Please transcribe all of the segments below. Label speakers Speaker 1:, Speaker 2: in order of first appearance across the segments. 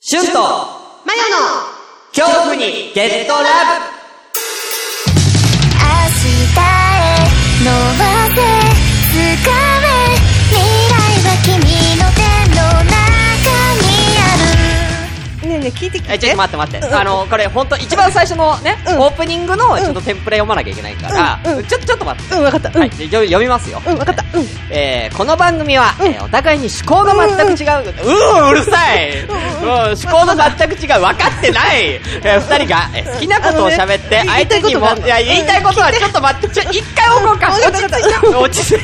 Speaker 1: シュンと
Speaker 2: マヨの
Speaker 1: 恐怖にゲットラブ
Speaker 3: 明日へ伸ばせ掴め未来は君の手の中にある
Speaker 2: ねえねえ聞いて聞い
Speaker 1: え
Speaker 2: て
Speaker 1: ちょっと待って待って、あのこれ本当一番最初のね、
Speaker 2: うん
Speaker 1: オープニングのちょっとテンプレ読まなきゃいけないから、
Speaker 2: うんうん
Speaker 1: ちょちょっと待って、
Speaker 2: うん分かったうん、
Speaker 1: はい、で読み読みますよ、
Speaker 2: うん分かったうん
Speaker 1: えーこの番組は、
Speaker 2: うん
Speaker 1: えーお互いに思考が全く違う、うーうるさい、うん、思考の全く違う分かってない、えー、2人が、えー好きなことを喋って
Speaker 2: あのね
Speaker 1: 相手にも
Speaker 2: 言いたいことがある
Speaker 1: いや言いたいことはちょっと待ってちょ一回置こうか、
Speaker 2: うん
Speaker 1: 落ち着いて落ち着
Speaker 2: 聞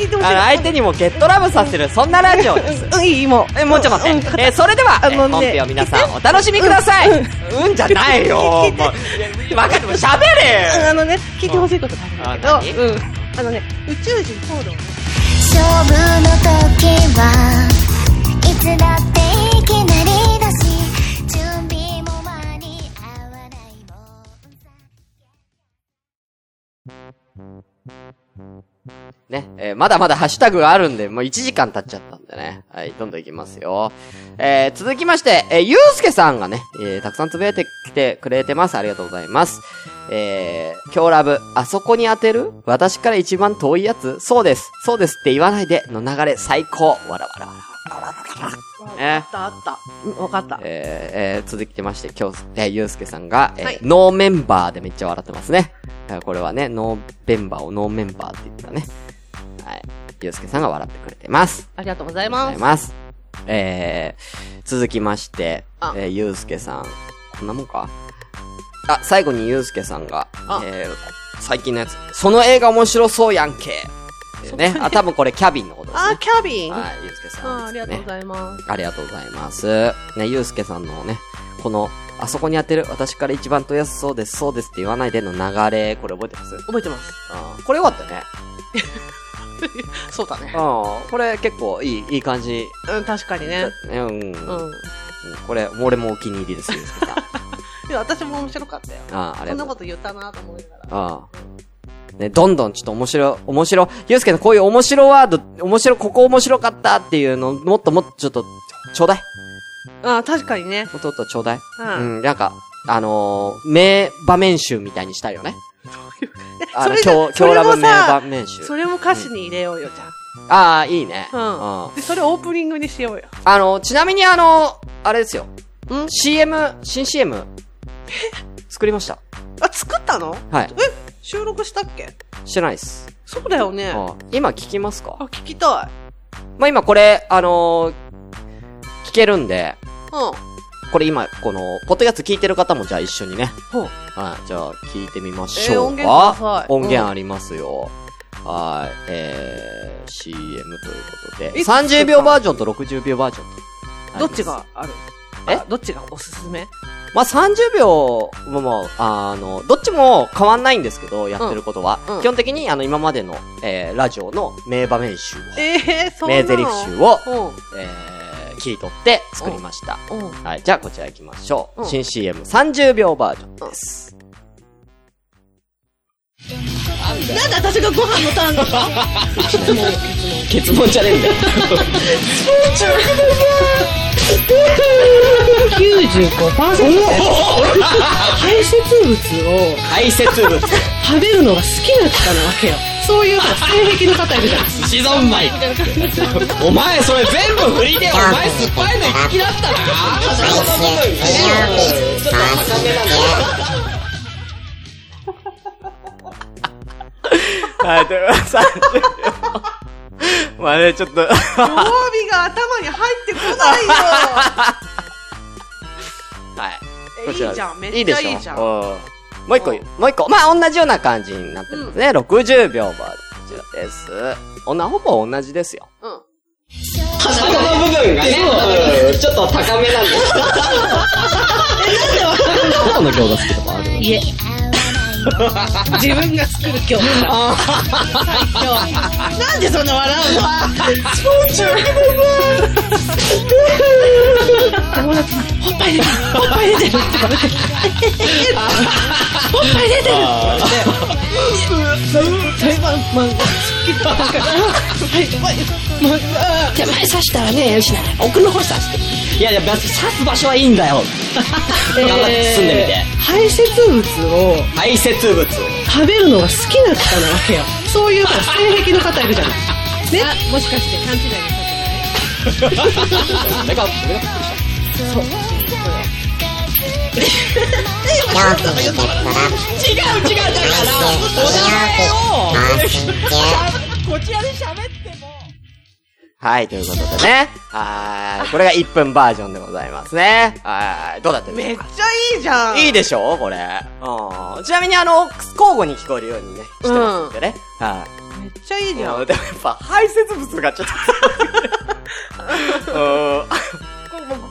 Speaker 2: い
Speaker 1: い
Speaker 2: て
Speaker 1: て
Speaker 2: ほしい
Speaker 1: あの相手にもゲットラブさせるそんなラジオです
Speaker 2: うんいいいいもう
Speaker 1: えもうちょっと待
Speaker 2: うん
Speaker 1: って、えーそれでは、
Speaker 2: あ
Speaker 1: えー
Speaker 2: のね
Speaker 1: 本編を皆さんお楽しみください、うんじゃないよもう
Speaker 2: 聞いて
Speaker 1: 分かっても喋
Speaker 2: うん
Speaker 1: れ
Speaker 2: あのね聞いてほしいことがあるんだけど
Speaker 1: う
Speaker 2: うんあのね宇宙人コードをね
Speaker 3: 勝負の時はいつだっていきなりだし準備も間に合わないもんさ
Speaker 1: ね、えーまだまだハッシュタグがあるんで、もう1時間経っちゃったんでね。はい、どんどんいきますよ。えー、続きまして、えー、ゆうすけさんがね、えー、たくさんつぶやいてきてくれてます。ありがとうございます。えー、今日ラブ、あそこに当てる私から一番遠いやつそうです。そうですって言わないで、の流れ最高。わらわらわらわらわらわらわら。ね
Speaker 2: あったあったうん分かった
Speaker 1: えーえー続きまして、今日、えー、ゆうすけさんが、えー
Speaker 2: はい
Speaker 1: ノーメンバーでめっちゃ笑ってますね。えーこれはね、ノーメンバーをノーメンバーって言ってたね。はい。ゆうすけさんが笑ってくれてます。
Speaker 2: ありがとうござい
Speaker 1: あ
Speaker 2: ま
Speaker 1: りがとうご
Speaker 2: す
Speaker 1: ざいます。えー、続きまして
Speaker 2: あ、
Speaker 1: えー、ゆうすけさん。こんなもんかあ、最後にゆうすけさんが
Speaker 2: あ、
Speaker 1: えー、最近のやつ、その映画面白そうやんけ。っていうね。あ、多分これキャビンのことです
Speaker 2: あー
Speaker 1: ね。
Speaker 2: キャビンあ
Speaker 1: はい、ゆうすけさん、
Speaker 2: ーありがとうございます
Speaker 1: ありがとうございます。ね、ゆうすけさんのね、この、あそこに当てる、私から一番問いやすそうです、そうですって言わないでの流れ、これ覚えてます
Speaker 2: 覚えてます
Speaker 1: うん。これよかったよね。
Speaker 2: そうだね
Speaker 1: うん。これ結構いい、いい感じ。
Speaker 2: うん確かにね
Speaker 1: ね、うん。うん、
Speaker 2: うん
Speaker 1: これ、俺もお気に入りです、ゆうす けさん。
Speaker 2: いや私も面白かったよ
Speaker 1: ああ、あり
Speaker 2: そん
Speaker 1: がと
Speaker 2: な
Speaker 1: う。
Speaker 2: こと言ったなと思いながら
Speaker 1: ああ。ね、どんどんちょっと面白い、面白い、ゆうすけのこういう面白ワード、面白い、ここ面白かったっていうの、もっともっとちょっと、ちょうだい。
Speaker 2: あー確かにね
Speaker 1: もっともっとちょうだい。
Speaker 2: うん
Speaker 1: うん、なんか、あのー、名場面集みたいにしたいよね。あ
Speaker 2: そ
Speaker 1: の、
Speaker 2: れじゃ
Speaker 1: 今日、
Speaker 2: そ
Speaker 1: 今日
Speaker 2: れ
Speaker 1: ラ
Speaker 2: も
Speaker 1: ブ名場
Speaker 2: さ
Speaker 1: 面集。
Speaker 2: それも歌詞に入れようよじゃあ
Speaker 1: ああ、いいね。
Speaker 2: う
Speaker 1: うん。
Speaker 2: ん。で、それオープニングにしようよ。
Speaker 1: あの、ちなみにあの、あれですよ。
Speaker 2: ん
Speaker 1: CM、新 CM。作りました。
Speaker 2: あ、作ったの
Speaker 1: はい。
Speaker 2: え収録したっけ
Speaker 1: してないっす。
Speaker 2: そうだよね。あ、
Speaker 1: うん今聞きますか
Speaker 2: 聞きたい。
Speaker 1: まあ、今これ、あのー聞けるんで、
Speaker 2: う
Speaker 1: これ今、この、ポッドキャスト聞いてる方もじゃあ一緒にね。
Speaker 2: ほう
Speaker 1: はい、じゃあ聞いてみまし
Speaker 2: えー
Speaker 1: ょう
Speaker 2: 音
Speaker 1: か。
Speaker 2: 源ください
Speaker 1: 音源ありますよ。はい、えー、CM ということで。
Speaker 2: いつ作った
Speaker 1: 30秒バージョンと60秒バージョンと。
Speaker 2: ん。どっちがある
Speaker 1: え
Speaker 2: あどっちがおすすめ
Speaker 1: まあ、30秒も、もあの、どっちも変わんないんですけど、やってることは。
Speaker 2: うんうん
Speaker 1: 基本的に、あの、今までの、えー、ラジオの名場面集を、
Speaker 2: ええそんな
Speaker 1: 名
Speaker 2: の
Speaker 1: 台詞集を、
Speaker 2: う
Speaker 1: えー、切り取って作りました。
Speaker 2: ん。うん。
Speaker 1: はい、じゃあこちら行きましょう。
Speaker 2: うん
Speaker 1: 新 CM30 秒バージョンです。
Speaker 2: なんで私がご飯のターンだ
Speaker 1: 結論じゃねえんだよ。
Speaker 4: 95%排泄物を
Speaker 1: 排泄物、
Speaker 4: 食べるのが好きな方なわけよそういうほら性癖の方いるじゃん
Speaker 1: 寿司三昧。お前それ全部振りで、お前酸っぱいの好きだったな。はい、ということで、まあね、ちょっと、
Speaker 2: ご褒美が頭に入ってこないよ
Speaker 1: はい。
Speaker 2: え
Speaker 1: こちら
Speaker 2: いいじゃん。めっ
Speaker 1: いい
Speaker 2: ち
Speaker 1: で
Speaker 2: ゃ
Speaker 1: しょ
Speaker 2: いいじゃん。
Speaker 1: うんもう一個
Speaker 2: うん、
Speaker 1: もう一個。まあ、同じような感じになってますね。60秒まで。こちらです。おな、ほぼ同じですよ。
Speaker 2: うん。
Speaker 1: 端っこの部分がね、ちょっと高めなんです。どこの餃子好きとかある
Speaker 4: いえ自分が作る今日なんでそんな笑うの友達におっぱい出てるおっぱい出てるって言われておっぱい出てるって言われてそれは漫画好きだから、漫画、
Speaker 5: 手前刺したらね、よしな。奥の方刺して。いやいや、別に刺す場所はいいんだよ。頑張って進んでみて。
Speaker 4: 排泄物を
Speaker 5: 排泄物。
Speaker 4: 食べるのが好きな方なわけよ。そういうほら性癖の方いるじゃない。ね、もしかして勘違いの
Speaker 5: なんか、違う違うだから、お題を、
Speaker 1: はい、ということでね。はーい。これが1分バージョンでございますね。はーい。どうだったでし
Speaker 2: め
Speaker 1: ょう
Speaker 2: っち
Speaker 1: か
Speaker 2: ゃいいじゃん。
Speaker 1: いいでしょうこれ。うん。ちなみにあの、交互に聞こえるようにね、してますんでね。はい。
Speaker 2: めっちゃいい
Speaker 1: い
Speaker 2: じゃん。
Speaker 1: や、でもやっぱ排泄物がちょっ とうーん。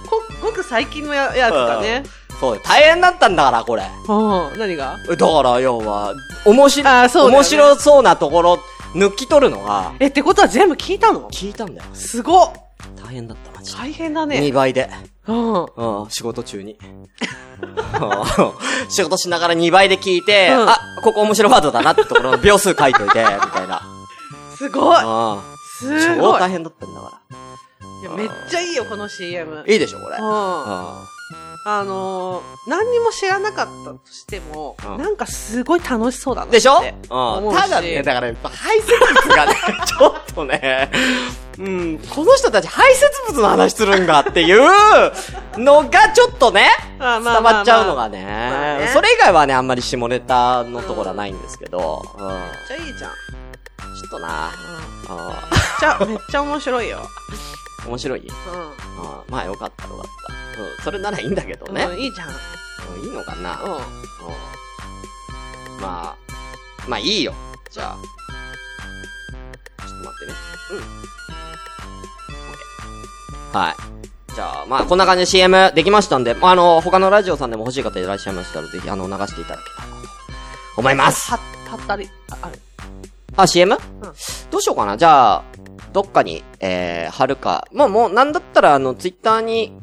Speaker 2: こごく最近のややつだね。
Speaker 1: そう、大変だったんだから、これ。
Speaker 2: うん。何が
Speaker 1: だから、要は、面白、
Speaker 2: あーそうだよ
Speaker 1: 面
Speaker 2: ね
Speaker 1: 白そうなところ、抜き取るのが、
Speaker 2: え、ってことは全部聞いたの
Speaker 1: 聞いたんだよ。
Speaker 2: すごっ
Speaker 1: 大変だった、マジで。
Speaker 2: 大変だ
Speaker 1: 2
Speaker 2: ね。
Speaker 1: 倍で。
Speaker 2: うん。
Speaker 1: うん、仕事中に。うん仕事しながら2倍で聞いて、
Speaker 2: うん
Speaker 1: あ、ここ面白ワードだなってところの秒数書いといて、みたいな。
Speaker 2: すごい
Speaker 1: うん。
Speaker 2: す
Speaker 1: 超
Speaker 2: ごい
Speaker 1: 大変だったんだか
Speaker 2: いやめっちゃいいよ、この CM。
Speaker 1: ら。いいでしょ、これ。
Speaker 2: う
Speaker 1: うん。
Speaker 2: ん。
Speaker 1: あ
Speaker 2: あのー、何にも知らなかったとしても、
Speaker 1: うん
Speaker 2: なんかすごい楽しそうだなって
Speaker 1: でしょう。
Speaker 2: 思うんした
Speaker 1: だね、だからやっぱ排泄物がね、 ちょっとね、うん、この人たち排泄物の話するんだっていうのがちょっとね、
Speaker 2: あ
Speaker 1: 伝
Speaker 2: まあまあま
Speaker 1: わ
Speaker 2: あ
Speaker 1: っちゃうのが
Speaker 2: まあ
Speaker 1: ね
Speaker 2: ね。
Speaker 1: それ以外はね、あんまり下ネタのところはないんですけど、うん。ちょ
Speaker 2: めっちゃいいじゃん。
Speaker 1: っとな、
Speaker 2: うん
Speaker 1: あ
Speaker 2: めっちゃ、めっちゃ面白いよ。
Speaker 1: ー面白いあーまあよかったよかった。うん、それならいいんだけど
Speaker 2: うん。
Speaker 1: ね
Speaker 2: う。ん、いいじゃん。
Speaker 1: うんいいのかな、うん、
Speaker 2: うん。
Speaker 1: まあ、まあいいよ。じゃあ。ちょっと待ってね。うん。OK はい。じゃあ、まあこんな感じで CM できましたんで、まああの、他のラジオさんでも欲しい方いらっしゃいましたら、ぜひあの、流していただけたらと思います。
Speaker 2: は、はったり、あ、あれ。
Speaker 1: あ、CM? どうしようかな。じゃあ、どっかに、えー、貼るか。まあもう、なんだったら、あの、ツイッターに、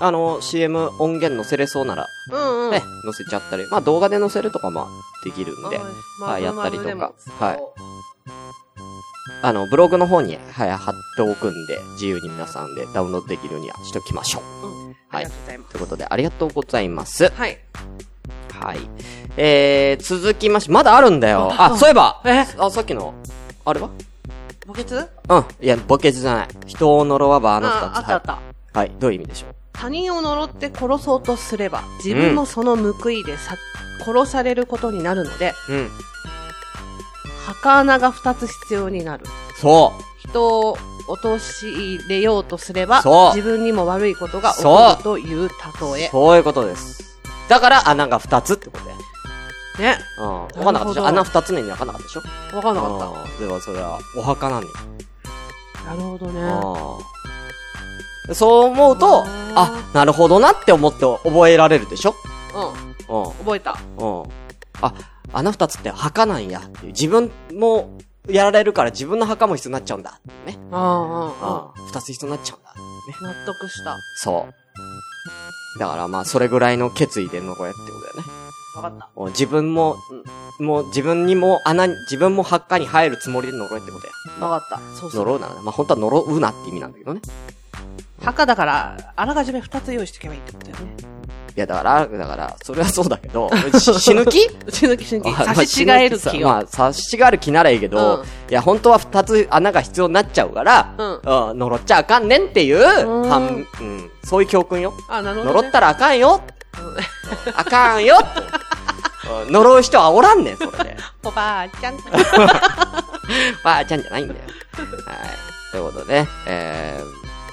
Speaker 1: あの、CM 音源載せれそうなら、
Speaker 2: うんうん。
Speaker 1: ね、載せちゃったり、まあ動画で載せるとかもできるんで、
Speaker 2: まあ
Speaker 1: はいやったりとか。
Speaker 2: まあ
Speaker 1: はいあの、ブログの方に、はい、貼っておくんで、自由に皆さんでダウンロードできるようにはしときましょう。
Speaker 2: あ
Speaker 1: はい
Speaker 2: りがと。うございます。
Speaker 1: ということで、ありがとうございます。
Speaker 2: はい。
Speaker 1: はい。えー、続きまして、まだあるんだよ。あ、そういえば
Speaker 2: え
Speaker 1: あ、さっきの、あれは
Speaker 2: バケツあ
Speaker 1: うん。いや、ボケじゃない。人を呪わばあなた
Speaker 2: あったあった。
Speaker 1: はい。はい。どういう意味でしょう
Speaker 2: 他人を呪って殺そうとすれば、自分もその報いでさ、殺されることになるので、
Speaker 1: うん。
Speaker 2: 墓穴が二つ必要になる。
Speaker 1: そう。
Speaker 2: 人を陥れようとすれば
Speaker 1: そう、
Speaker 2: 自分にも悪いことが起こるという例え。
Speaker 1: そういうことです。だから、穴が二つってことだよ。
Speaker 2: ね。
Speaker 1: うん。わかんなかったでしょ
Speaker 2: なる
Speaker 1: 穴
Speaker 2: ほど
Speaker 1: 二つの意味わかんなかったでしょ
Speaker 2: わかんなかっ
Speaker 1: あーでは、それは、お墓なのに。
Speaker 2: た。なるほどね。
Speaker 1: あーそう思うと、あ
Speaker 2: あ、
Speaker 1: なるほどなって思って覚えられるでしょ
Speaker 2: うん。
Speaker 1: う
Speaker 2: 覚えた。
Speaker 1: ん。うん。あ、穴二つって墓なんやっていう。自分も、やられるから自分の墓も必要になっちゃうんだってね。
Speaker 2: あ
Speaker 1: うん。二つ必要になっちゃうんだ。
Speaker 2: あ、納得した。
Speaker 1: そう。だからまあ、それぐらいの決意でのこやってことだよね。
Speaker 2: わかった。
Speaker 1: もう自分も、んもう自分にも穴に、自分も墓に入るつもりで呪えってことや。
Speaker 2: わかった。そうそう。
Speaker 1: 呪うならね。まあ本当は呪うなって意味なんだけどね。
Speaker 2: 墓だから、あらかじめ二つ用意しておけばいいってことだよね。
Speaker 1: いや、だから、だから、それはそうだけ ど、し死ぬ気
Speaker 2: 死ぬ気死ぬ気。
Speaker 1: あまあ
Speaker 2: 差し違える
Speaker 1: 死ぬ
Speaker 2: 気
Speaker 1: さま
Speaker 2: を。
Speaker 1: あ、差し違える気ならいいけど、
Speaker 2: うん
Speaker 1: いや、本当は二つ穴が必要になっちゃうから、
Speaker 2: うん
Speaker 1: うん呪っちゃあかんねんっていう、
Speaker 2: ん
Speaker 1: はん、うん、そういう教訓よ。
Speaker 2: あ、なるほどね。
Speaker 1: 呪ったらあかんよ。あかんよって。うん呪う人はおらんねん、それで。
Speaker 2: おばあちゃん。
Speaker 1: ばあちゃんじゃないんだよ。はい。ということでね、え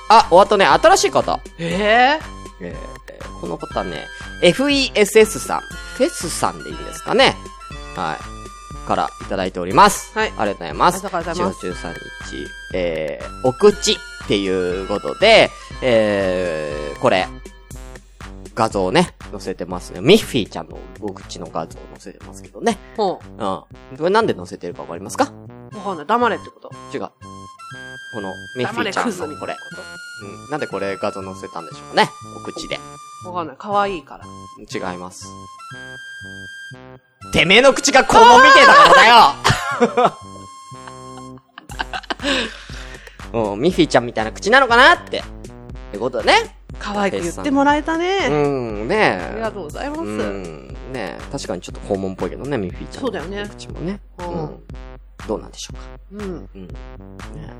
Speaker 1: ー、あ、終わったね、新しい方。
Speaker 2: ええ
Speaker 1: えー、この方ね、FESS さん、フェスさんでいいんですかね。はい。からいただいております。
Speaker 2: はい
Speaker 1: ありがとうございます。
Speaker 2: ありがとうございます
Speaker 1: 4月13日、えー、お口っていうことで、えー、これ、画像ね、載せてますね。ミッフィーちゃんのお口の画像載せてますけどね。
Speaker 2: ほ
Speaker 1: うん。これなんで載せてるかわかりますか
Speaker 2: う。わかんない。黙れってこと。
Speaker 1: 違う。この、ミッフィーちゃんのこれ。うん。なんでこれ画像載せたんでしょうね。お口で。
Speaker 2: わかんない。可愛いから。
Speaker 1: 違います。てめえの口が肛門みてえだからだ ようん、ミッフィーちゃんみたいな口なのかなって。ってことね。
Speaker 2: 可愛く言ってもらえた
Speaker 1: う
Speaker 2: ね。
Speaker 1: ん、ねえ。
Speaker 2: ありがとうございます。
Speaker 1: うん。ねえ、確かにちょっと肛門っぽいけどね、ミッフィーちゃん。
Speaker 2: そうだよね
Speaker 1: 口もね。う
Speaker 2: うん
Speaker 1: ん。どうなんでしょうか。
Speaker 2: うん。
Speaker 1: うん。ねえ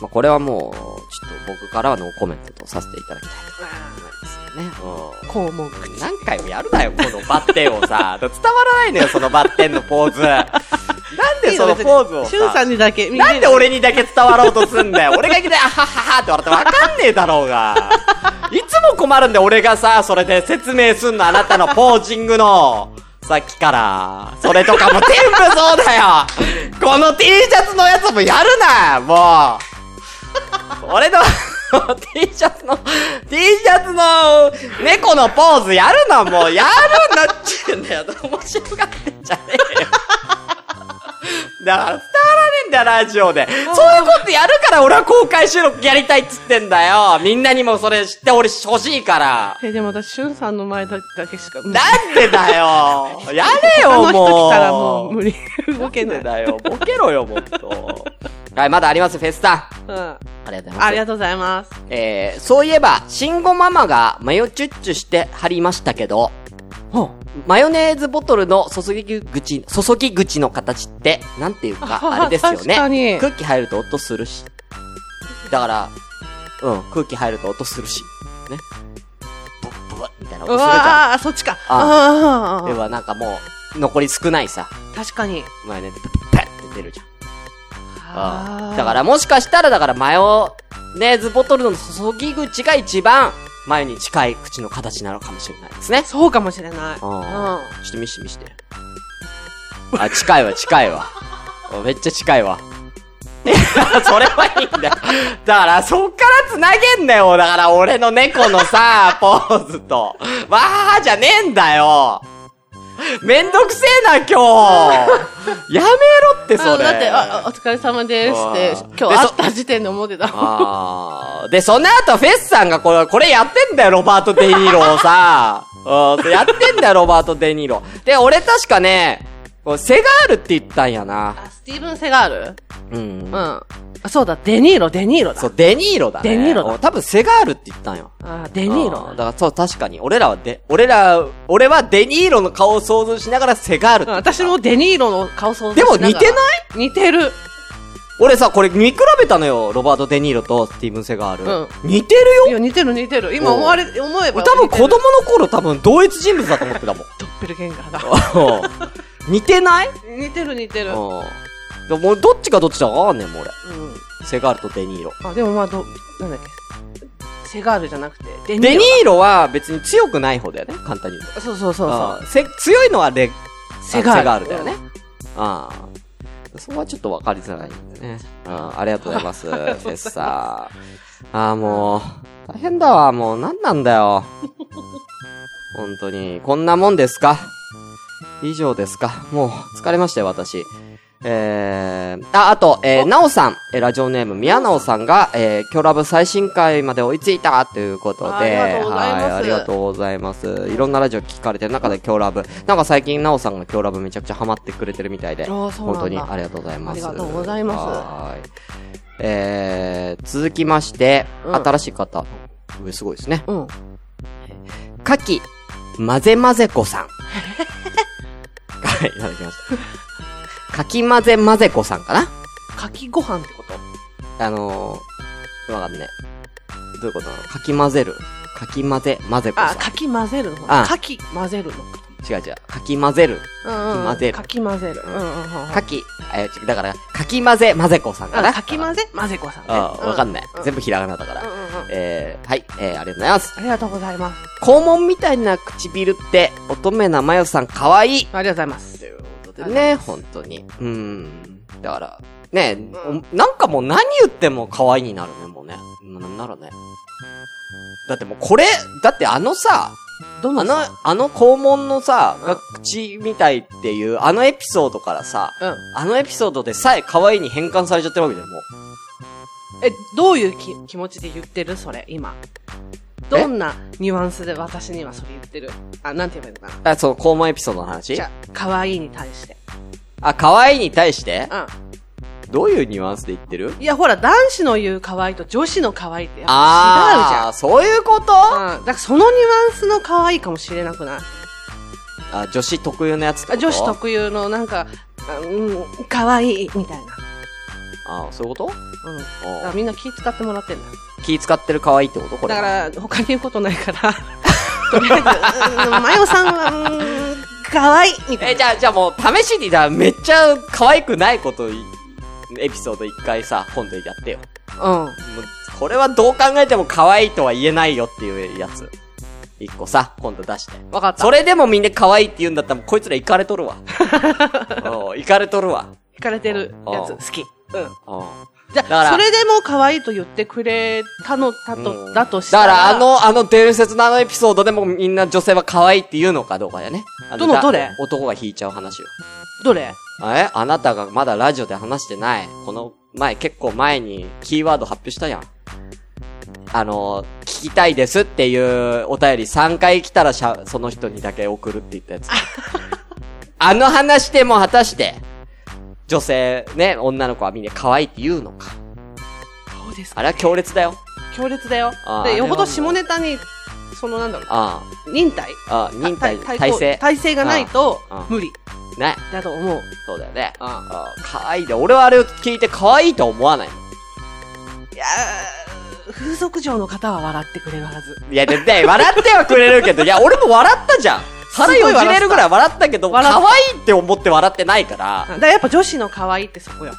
Speaker 1: まあ、これはもう、ちょっと僕からはノーコメントとさせていただきたいと思いますよね。うん。
Speaker 2: 肛門口。
Speaker 1: 何回もやるなよ、このバッテンをさ。伝わらないのよ、そのバッテンのポーズ。なんでそのポーズを
Speaker 2: しゅんさ
Speaker 1: さ。
Speaker 2: んにだけ見
Speaker 1: なんで俺にだけ伝わろうとすんだよ。俺がいきなり、あはははって笑ってわかんねえだろうが。いつも困るんだよ、俺がさ、それで説明すんの、あなたのポージングの。さっきから。それとかも全部そうだよ。この T シャツのやつもやるな、もう。俺の T シャツの、T シャツの猫のポーズやるな、もう。やるなっちゅうんだよ。面白がってんじゃねえよ。だから伝わらねえんだよ、ラジオで。そういうことやるから俺は公開収録やりたいっつってんだよ。みんなにもそれ知って俺欲しいから。
Speaker 2: え、でも私、しゅんさんの前だけしか。
Speaker 1: なんでだよ。やれ
Speaker 2: あの
Speaker 1: よ、
Speaker 2: 人
Speaker 1: もう。
Speaker 2: 来たらもう無理。動け
Speaker 1: な
Speaker 2: な。
Speaker 1: いんでだよ。ボケろよ、もっと。はい、まだあります、フェスタ。
Speaker 2: うん。
Speaker 1: ありがとうございます。
Speaker 2: ありがとうございます。
Speaker 1: えー、そういえば、慎吾ママがマヨチュッチュして貼りましたけど、マヨネーズボトルの注ぎ口、注ぎ口の形って、なんていうか、
Speaker 2: あー
Speaker 1: あれですよね。
Speaker 2: 確かに
Speaker 1: 空気入ると音するし。だから、うん、空気入ると音するし。ね。ブッブワッみたいな
Speaker 2: う
Speaker 1: 音するじゃ
Speaker 2: わー、そっちか。
Speaker 1: ん。
Speaker 2: あ
Speaker 1: ではなんかもう、残り少ないさ、
Speaker 2: あ、確かに。
Speaker 1: マヨネーズ、ペッって出るじゃん。うんだからもしかしたら、だからマヨネーズボトルの注ぎ口が一番前に近い口の形なのかもしれないですね。
Speaker 2: そうかもしれない。
Speaker 1: うん
Speaker 2: う
Speaker 1: ちょっと見して見して。あ、近いわ、近いわ。おめっちゃ近いわ。 いや、それはいいんだよ。だから、そっから繋げんなよ。だから、俺の猫のさ、ポーズと。わーじゃねえんだよ。めんどくせえな、今日。やめろって、
Speaker 2: ん。
Speaker 1: それ。
Speaker 2: だって、あ、あお疲れ様ですって
Speaker 1: うん、で
Speaker 2: 今日
Speaker 1: そ
Speaker 2: 会った時点で思ってたもん。
Speaker 1: あーで、その後、フェスさんがこれ、これやってんだよ、ロバート・デ・ニーロをさ。うん、やってんだよ、ロバート・デ・ニーロ。で、俺確かね、こうセガールって言ったんやな。
Speaker 2: あ、スティーブン・セガール
Speaker 1: うん。
Speaker 2: うん。あそうだ、デニーロ、デニーロだ。
Speaker 1: そう、デ・ニーロだね。
Speaker 2: デニーロだ
Speaker 1: うん多分、セガールって言ったんよ。
Speaker 2: あデニー
Speaker 1: う
Speaker 2: ロ
Speaker 1: んだから、そう、確かに。俺らはデ、俺ら、俺はデ・ニーロの顔を想像しながらセガールって
Speaker 2: うん
Speaker 1: 言った
Speaker 2: 私もデニーロの顔想像
Speaker 1: でも
Speaker 2: しがら
Speaker 1: 似てない
Speaker 2: 似てる。
Speaker 1: 俺さ、これ見比べたのよ、ロバート・デ・ニーロとスティーブン・セガール。
Speaker 2: うん
Speaker 1: 似てるよ
Speaker 2: いや、似てる似てる。今思われ、思え
Speaker 1: 俺
Speaker 2: ば。
Speaker 1: 多分子供の頃多分同一人物だと思ってたもん。
Speaker 2: ドッペルゲンガーだ。
Speaker 1: うん 似てない
Speaker 2: 似てる似てる。う
Speaker 1: うん。でも俺どっちがどっちだかわかんねえもん、俺。
Speaker 2: ん。
Speaker 1: セガールとデニーロ。
Speaker 2: あ、でもまあ、ど、なんだっけ。セガールじゃなくて、デニーロ。
Speaker 1: デニーロは別に強くない方だよね、簡単に言うと。
Speaker 2: そうそうそう
Speaker 1: あ
Speaker 2: そう。
Speaker 1: ーせ強いのはレ、
Speaker 2: セガール
Speaker 1: あだよね。ああ。そこはちょっとわかりづらいんでね。うん、ありがとうござい ます。フェスさん。ああ、もう、大変だわ、もう、なんなんだよ。本当に、こんなもんですか以上ですかもう、疲れましたよ、私。えー、あ、あと、えー、なおさん、えーラジオネーム、宮なおさんが、えー、キョラブ最新回まで追いついたということで、
Speaker 2: ありがとうございます
Speaker 1: はい、ありがとうございます。いろんなラジオ聞かれてる中で、キョラブ。なんか最近、なおさんがキョラブめちゃくちゃハマってくれてるみたいで、
Speaker 2: あーそうなんだ
Speaker 1: 本当にありがとうございます。
Speaker 2: ありがとうございます
Speaker 1: はーい。えー、続きまして、
Speaker 2: うん
Speaker 1: 新しい方、上すごいですね。
Speaker 2: うん。
Speaker 1: かき、まぜまぜこさん。はい、いただきました。かきまぜまぜこさんかな
Speaker 2: かきご飯ってこと
Speaker 1: あのー、わかんねえ。どういうことなのかき混ぜる。かき混ぜ、混ぜこさ
Speaker 2: あ、
Speaker 1: ん。
Speaker 2: かき混ぜるの
Speaker 1: あ
Speaker 2: かき混ぜるの
Speaker 1: 違う違う。かき混ぜる。
Speaker 2: うんうん。
Speaker 1: 混ぜる
Speaker 2: かき混ぜる。うんうんうんうん。
Speaker 1: かき、え、違うだから、かき混ぜ、混ぜこさんか
Speaker 2: あ
Speaker 1: な
Speaker 2: かき混ぜ混ぜこさんね。
Speaker 1: あわかん
Speaker 2: ない。
Speaker 1: ない。
Speaker 2: うん
Speaker 1: 全部ひらがなだから
Speaker 2: うん。うんうん。
Speaker 1: えー、はい、えー、ありがとうございます。
Speaker 2: ありがとうございます。
Speaker 1: 肛門みたいな唇って、乙女なまよさんかわいい。
Speaker 2: ありがとうございます。
Speaker 1: でね、本当に。うん。だから、ね、おなんかもう何言っても可愛いになるね、もうね。ななんならね。だってもうこれ、だってあのさ、
Speaker 2: ど
Speaker 1: あ
Speaker 2: の
Speaker 1: の、あの肛門のさ、が口みたいっていう、あのエピソードからさ、
Speaker 2: うん。
Speaker 1: あのエピソードでさえ可愛いに変換されちゃってるわけだよ、もう。
Speaker 2: え、どういうき気持ちで言ってるそれ、今。どんなニュアンスで私にはそれ言ってるあ、なんて言えばいいのかな
Speaker 1: あ、そう、肛門エピソードの話
Speaker 2: じゃあ、可愛いに対して。
Speaker 1: あ、可愛いに対して
Speaker 2: う
Speaker 1: どういうニュアンスで言ってる
Speaker 2: ん。いや、ほら、男子の言う可愛いと女子の可愛いってやっ
Speaker 1: あー、
Speaker 2: ぱ
Speaker 1: そういうこと
Speaker 2: 違うじゃん。うん。だからそのニュアンスの可愛いかもしれなくない
Speaker 1: あ、女子特有のやつってこ
Speaker 2: あ
Speaker 1: と
Speaker 2: 女子特有のなんか、あうん、可愛いみたいな。
Speaker 1: あ、そういうこと
Speaker 2: うん。だ
Speaker 1: おう
Speaker 2: からみんな気使ってもらってんだよ。
Speaker 1: 気使ってる可愛いってことこれ
Speaker 2: だ
Speaker 1: は。
Speaker 2: から、他に言うことな いから、とりあえず、うんマヨさんは、うん、可愛いみた
Speaker 1: え、
Speaker 2: い
Speaker 1: じ
Speaker 2: な。
Speaker 1: ゃあ、じゃあもう、試しに、だ、めっちゃ可愛くないことい、エピソード一回さ、今度やってよ。
Speaker 2: うん。
Speaker 1: もうこれはどう考えても可愛いとは言えないよっていうやつ。一個さ、今度出して。
Speaker 2: わかった。
Speaker 1: それでもみんな可愛いって言うんだったら、もうこいつらイカれと るわ。おうイカれとるわ。
Speaker 2: 惹かれてるやつ、
Speaker 1: うん
Speaker 2: 好き。うん。
Speaker 1: おう
Speaker 2: じゃ
Speaker 1: だか
Speaker 2: あ、
Speaker 1: ら
Speaker 2: それでも可愛いと言ってくれたの、だ
Speaker 1: う
Speaker 2: と、
Speaker 1: ん
Speaker 2: だとした。
Speaker 1: だからら、あ、の、あの伝説のあのエピソードでもみんな女性は可愛いって言うのかどうかだよね。あ
Speaker 2: どのどれ
Speaker 1: だ男が引いちゃう話よ。
Speaker 2: どれ
Speaker 1: えあなたがまだラジオで話してない。この前、結構前にキーワード発表したやん。あの、聞きたいですっていうお便り3回来たらしゃ、その人にだけ送るって言ったや つ。あの話でも果たして、女性、ね、女の子はみんな可愛いって言うのか。
Speaker 2: そうです
Speaker 1: あれは強烈だよ。
Speaker 2: 強烈だよ
Speaker 1: あ。ーあ
Speaker 2: で、よほ
Speaker 1: れはもう
Speaker 2: ど下ネタに、そのなんだろ
Speaker 1: あ
Speaker 2: う、忍耐
Speaker 1: あ、ああ、忍耐、
Speaker 2: たた
Speaker 1: 体勢。
Speaker 2: 体勢がないと
Speaker 1: うんうん、
Speaker 2: 無理
Speaker 1: ね。
Speaker 2: だと思う。
Speaker 1: そうだよね。
Speaker 2: うん
Speaker 1: あ可愛いで、俺はあれを聞いて可愛いとは思わないもん。
Speaker 2: いやー風俗嬢の方は笑ってくれるはず。
Speaker 1: いや、で、で、笑ってはくれるけど、いや、俺も笑ったじゃん。腹よじれるぐらい笑ったけど、可
Speaker 2: 笑った
Speaker 1: 愛いって思って笑ってないから、
Speaker 2: だからやっぱ女子の可愛いってそこよ。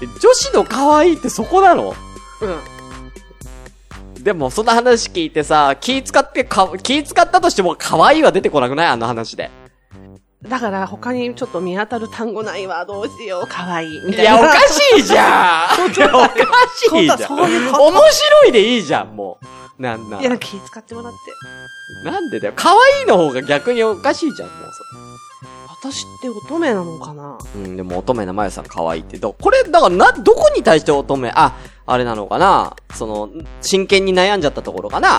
Speaker 1: 女子の可愛いってそこなの
Speaker 2: うん。
Speaker 1: でも、そんな話聞いてさ、気使ってか、気使ったとしても可愛いは出てこなくないあの話で。
Speaker 2: だから他にちょっと見当たる単語ないわ、どうしよう、可愛いみ
Speaker 1: い
Speaker 2: たい
Speaker 1: や、
Speaker 2: な。
Speaker 1: おかしいじゃ んいや、おかしいじゃん
Speaker 2: そういうこと。
Speaker 1: 面白いでいいじゃん、もう。なんないん
Speaker 2: いや、気使ってもらって。
Speaker 1: なんでだよ。可愛いの方が逆におかしいじゃん、もうそれ。
Speaker 2: 私って乙女なのかな
Speaker 1: うん、でも乙女のまゆさん可愛いって。だこれ、だからな、どこに対して乙女、あ、あれなのかなその、真剣に悩んじゃったところかな
Speaker 2: あ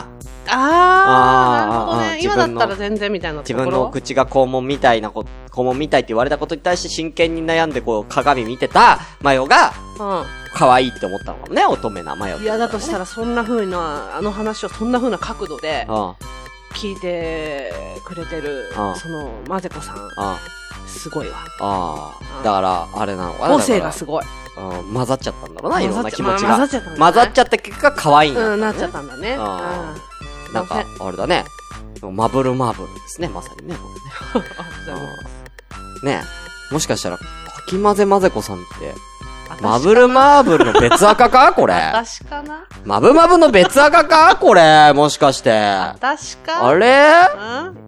Speaker 1: あ
Speaker 2: ー、
Speaker 1: ー
Speaker 2: なるほど
Speaker 1: あー
Speaker 2: ね。
Speaker 1: 自
Speaker 2: 今だ
Speaker 1: 分
Speaker 2: っ
Speaker 1: の
Speaker 2: たら全然みたいなと
Speaker 1: 自
Speaker 2: こ
Speaker 1: 分の
Speaker 2: ろ。
Speaker 1: 口が肛門みたいなこ、肛門みたいって言われたことに対して真剣に悩んでこう、鏡見てたマヨが、可愛いって思ったのかもね、乙女なマヨ
Speaker 2: うん。いや、だとした
Speaker 1: ら。
Speaker 2: らそんな風な、あの話をそんな風な角度で
Speaker 1: うん、うん、
Speaker 2: 聞いてくれてる
Speaker 1: あー、
Speaker 2: その、マゼコさん、
Speaker 1: あ
Speaker 2: すごいわ。
Speaker 1: あー。だから、あれなのかな
Speaker 2: 個性がすごい。
Speaker 1: だからうん混ざっちゃったんだろうな、いろんな気持ち
Speaker 2: 混ざ
Speaker 1: が
Speaker 2: っ。ちゃったんだね
Speaker 1: 混ざっちゃった結果、可愛い
Speaker 2: うん、
Speaker 1: に
Speaker 2: な
Speaker 1: な
Speaker 2: っちゃったんだね。
Speaker 1: あ
Speaker 2: う
Speaker 1: た。
Speaker 2: ん
Speaker 1: なんか、あれだね。マブルマブルですね、まさにね、これね。ねえ。もしかしたら、かき混ぜまぜこさんって、マブルマーブルの別赤か これ。
Speaker 2: 私かな
Speaker 1: マブマブの別赤かこれ。もしかして。あ
Speaker 2: 私か
Speaker 1: れ
Speaker 2: うん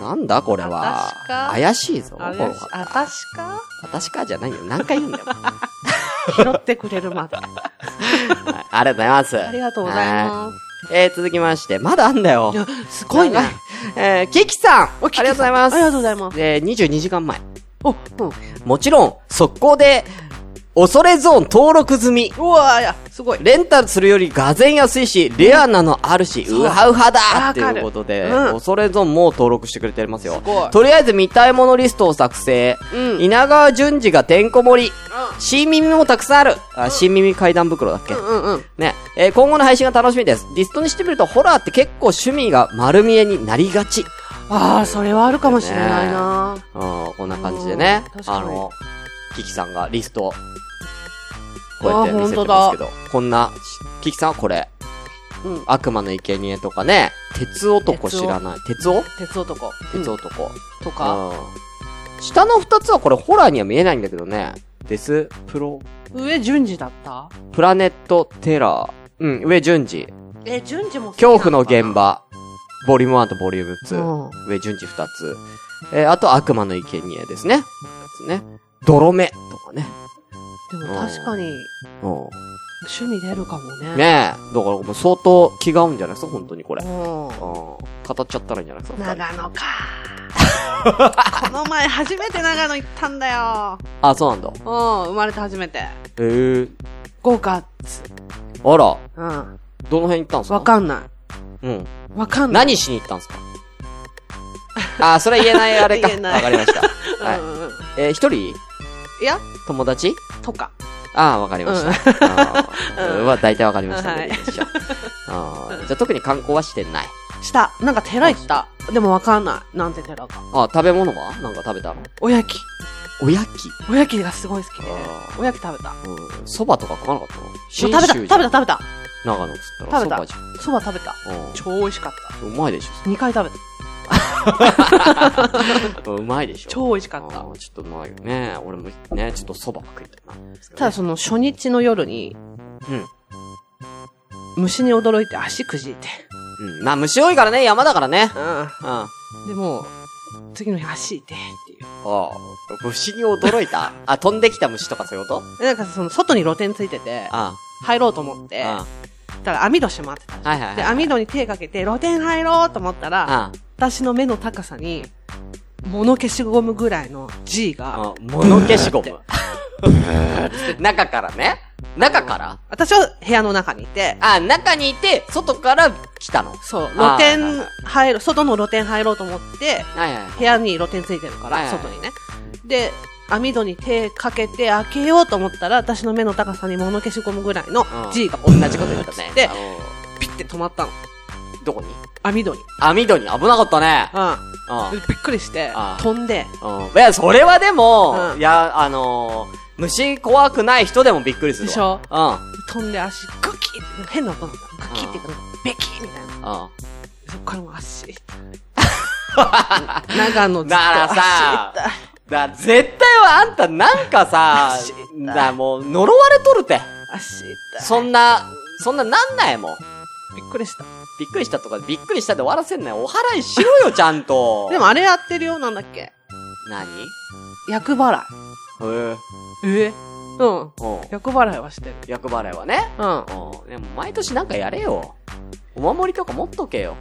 Speaker 1: なんだこれは
Speaker 2: 私。か
Speaker 1: 怪しいぞ。こ
Speaker 2: あれ
Speaker 1: の
Speaker 2: あたしか
Speaker 1: 私かじゃないよ。何回言うんだよ。はい
Speaker 2: 拾ってくれる まで。
Speaker 1: ありがとうございます。
Speaker 2: ありがとうござい
Speaker 1: は
Speaker 2: ま
Speaker 1: えー、続きまして、まだあんだよ
Speaker 2: す。い。や、すごいね。あ
Speaker 1: えー、キキさんありがとうございます。
Speaker 2: りがとうございます。
Speaker 1: えー、22時間前。
Speaker 2: お、うん。
Speaker 1: もちろん、速攻で、恐れゾーン登録済み。
Speaker 2: うわーいや、すごい。
Speaker 1: レンタルするよりがぜん安いし、レアなのあるし、
Speaker 2: そう
Speaker 1: ウハウハだ
Speaker 2: わ
Speaker 1: って
Speaker 2: かる
Speaker 1: いうことで、
Speaker 2: うん
Speaker 1: 恐れゾーンもう登録してくれてますよ
Speaker 2: すご。い
Speaker 1: とりあえず見たいものリストを作成。
Speaker 2: うん
Speaker 1: 稲川淳二がてんこ盛り。新耳もたくさんある。あ、新耳階段袋だっけ、
Speaker 2: うんうん。
Speaker 1: ね。えー今後の配信が楽しみです。リストにしてみると、ホラーって結構趣味が丸見えになりがち。
Speaker 2: ああ、それはあるかもしれないな。
Speaker 1: うん、こんな感じでね
Speaker 2: うん。確か
Speaker 1: あ
Speaker 2: に
Speaker 1: の、キキさんがリストを、こうやって見せて
Speaker 2: あ
Speaker 1: ますけ
Speaker 2: 本当
Speaker 1: ど、こんな、キキさんはこれ。
Speaker 2: うん。
Speaker 1: 悪魔の生贄とかね、鉄男知らない。鉄男
Speaker 2: 鉄男。
Speaker 1: 鉄男。うん
Speaker 2: とか。
Speaker 1: 下の二つはこれホラーには見えないんだけどね。デスプロ、
Speaker 2: 上、順次だった
Speaker 1: プラネットテラー。うん、上順次。
Speaker 2: え、順次も
Speaker 1: 恐怖の現。場。ボリューム1とボリューム
Speaker 2: うん
Speaker 1: 2。上順次二つ。えーあと悪魔の生贄ですね。ですね。泥目とかね。
Speaker 2: でも確かに、
Speaker 1: うん。
Speaker 2: 趣味出るかもね。
Speaker 1: ねえ。だからもう相当気が合うんじゃないですか、本当にこれ。
Speaker 2: う
Speaker 1: うん。
Speaker 2: ん。
Speaker 1: 語っちゃったらいいんじゃないですか。二人
Speaker 2: 長野か。この前初めて長野行ったんだよ。
Speaker 1: あ、そうなんだ。
Speaker 2: うん、生まれて初めて。
Speaker 1: へえー。
Speaker 2: 5福岡っつ。
Speaker 1: あら、
Speaker 2: うん。
Speaker 1: どの辺行ったんですか
Speaker 2: わかんな
Speaker 1: うん。
Speaker 2: い。わかんない。
Speaker 1: 何しに行ったんですか あー、それ言えないあれか。
Speaker 2: 言えない
Speaker 1: わかりました。は
Speaker 2: う
Speaker 1: い。
Speaker 2: んうんうん
Speaker 1: えー一人
Speaker 2: いや、
Speaker 1: 友達
Speaker 2: とか。
Speaker 1: ああ、わかりました。あー
Speaker 2: うん
Speaker 1: は、大体わかりましたの
Speaker 2: は
Speaker 1: で
Speaker 2: い
Speaker 1: いいでしょう。あーじゃあ特に観光はしてない。
Speaker 2: した。なんか寺行った。でもわかんない。なんて寺か。
Speaker 1: あー食べ物はなんか食べたの
Speaker 2: おやき。
Speaker 1: おやき
Speaker 2: おやきがすごい好きで
Speaker 1: あ。ー
Speaker 2: おやき食べた。もう
Speaker 1: うん。蕎麦とか食わなかったの
Speaker 2: 食べた、食べた、
Speaker 1: た。
Speaker 2: 食べた。
Speaker 1: 長野っつったら
Speaker 2: 食べた
Speaker 1: 蕎麦じゃん
Speaker 2: そば食べた。
Speaker 1: うん
Speaker 2: 超美味しかっ
Speaker 1: うまいでしょ
Speaker 2: た。2回食べた。
Speaker 1: それうまいでしょ
Speaker 2: 超美味しかった
Speaker 1: あーちょっとまあね、俺もね、ちょっと蕎麦ばっかりだな。
Speaker 2: ただその初日の夜に、
Speaker 1: うん。
Speaker 2: 虫に驚いて足くじいて。
Speaker 1: うん。まあ虫多いからね、山だからね。
Speaker 2: う
Speaker 1: うん。あ
Speaker 2: ん。でも、次の日足痛いてっていう
Speaker 1: あ。虫に驚いた。あ、飛んできた虫とかそういうこと。
Speaker 2: でなんかその外に露店ついてて、
Speaker 1: あ
Speaker 2: 入ろうと思って、
Speaker 1: あ。
Speaker 2: たら網戸閉まってた。
Speaker 1: ああ。はいはいはい。
Speaker 2: で、網戸に手かけて露店入ろうと思ったら、
Speaker 1: あ
Speaker 2: 私の目の高さに、物消しゴムぐらいの G
Speaker 1: あ。
Speaker 2: が
Speaker 1: あ、物消しゴム。中からね。中から
Speaker 2: 私は部屋の中にいて、
Speaker 1: あ、中にいて、外から来たの。
Speaker 2: そう、露
Speaker 1: あー
Speaker 2: 店
Speaker 1: はいはい
Speaker 2: 入る、外の露店入ろうと思って、
Speaker 1: はいはい。
Speaker 2: 部屋に露店ついてるか
Speaker 1: はい
Speaker 2: ら、
Speaker 1: はい
Speaker 2: 外にね。で、網戸に手かけて開けようと思ったら、私の目の高さに物消しゴムぐらいの
Speaker 1: うん
Speaker 2: G が
Speaker 1: 同じこと言ったね。
Speaker 2: で
Speaker 1: あの
Speaker 2: ピッて止まったの。
Speaker 1: どこに
Speaker 2: 網戸に。
Speaker 1: 網戸に危なかったね。
Speaker 2: う
Speaker 1: うん
Speaker 2: ん。でびっくりして
Speaker 1: あ、ー
Speaker 2: 飛んで、
Speaker 1: うん。いや、それはでも、
Speaker 2: うん
Speaker 1: いや、あのー、虫怖くない人でもびっくりするわ。
Speaker 2: でしょ
Speaker 1: うん。
Speaker 2: 飛んで足、グキッ変な音なんだった。グキッっていうか、なんかベキッみたいな。
Speaker 1: うん。
Speaker 2: そっからもう足。 長野ずっと
Speaker 1: だからさ
Speaker 2: 足痛い
Speaker 1: だ、絶対はあんたなんかさ
Speaker 2: 知っ、た
Speaker 1: だ、もう呪われとるて。
Speaker 2: 足痛い。
Speaker 1: そんな、そんななんないもん。
Speaker 2: びっくりした。
Speaker 1: びっくりしたとか、びっくりしたで終わらせんなよ。お払いし ろよ、ちゃんと。
Speaker 2: でも、あれやってるよ、なんだっけ
Speaker 1: 何
Speaker 2: 厄払
Speaker 1: へ
Speaker 2: い。
Speaker 1: え。
Speaker 2: えうん。
Speaker 1: うん。
Speaker 2: 厄払いはしてる。
Speaker 1: 役払いはね。
Speaker 2: うん。
Speaker 1: うん。でも、毎年なんかやれよ。お守りとか持っとけよ。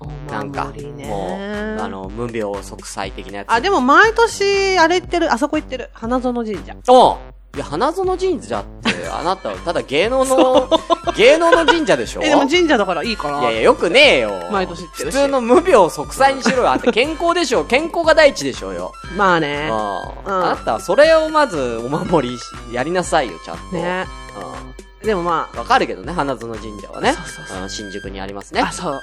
Speaker 2: お
Speaker 1: なんか。
Speaker 2: 守りね
Speaker 1: もう、あの、無病息災的なやつ。
Speaker 2: あ、でも毎年、あれ行ってる、あそこ行ってる、花園神社。
Speaker 1: も、うん。いや、花園神社 って、あなた、ただ芸能の、芸能の神社でしょ
Speaker 2: え、でも神社だからいいか
Speaker 1: いやい
Speaker 2: ら。
Speaker 1: や、よくねえよ。
Speaker 2: 毎年言ってるし
Speaker 1: 普通の無病息災にしろよ。あんた健康でしょ。健康が第一でしょうよ。
Speaker 2: まあ
Speaker 1: う
Speaker 2: ね
Speaker 1: ん。。
Speaker 2: うん
Speaker 1: あなたはそれをまずお守りし、やりなさいよ、ちゃんと。
Speaker 2: ね。
Speaker 1: う
Speaker 2: でもま
Speaker 1: ん。わかるけどね、花園神社はね。
Speaker 2: そうそうそうん
Speaker 1: 新宿にありますね。
Speaker 2: あ、あ、
Speaker 1: はい
Speaker 2: そう。
Speaker 1: はい。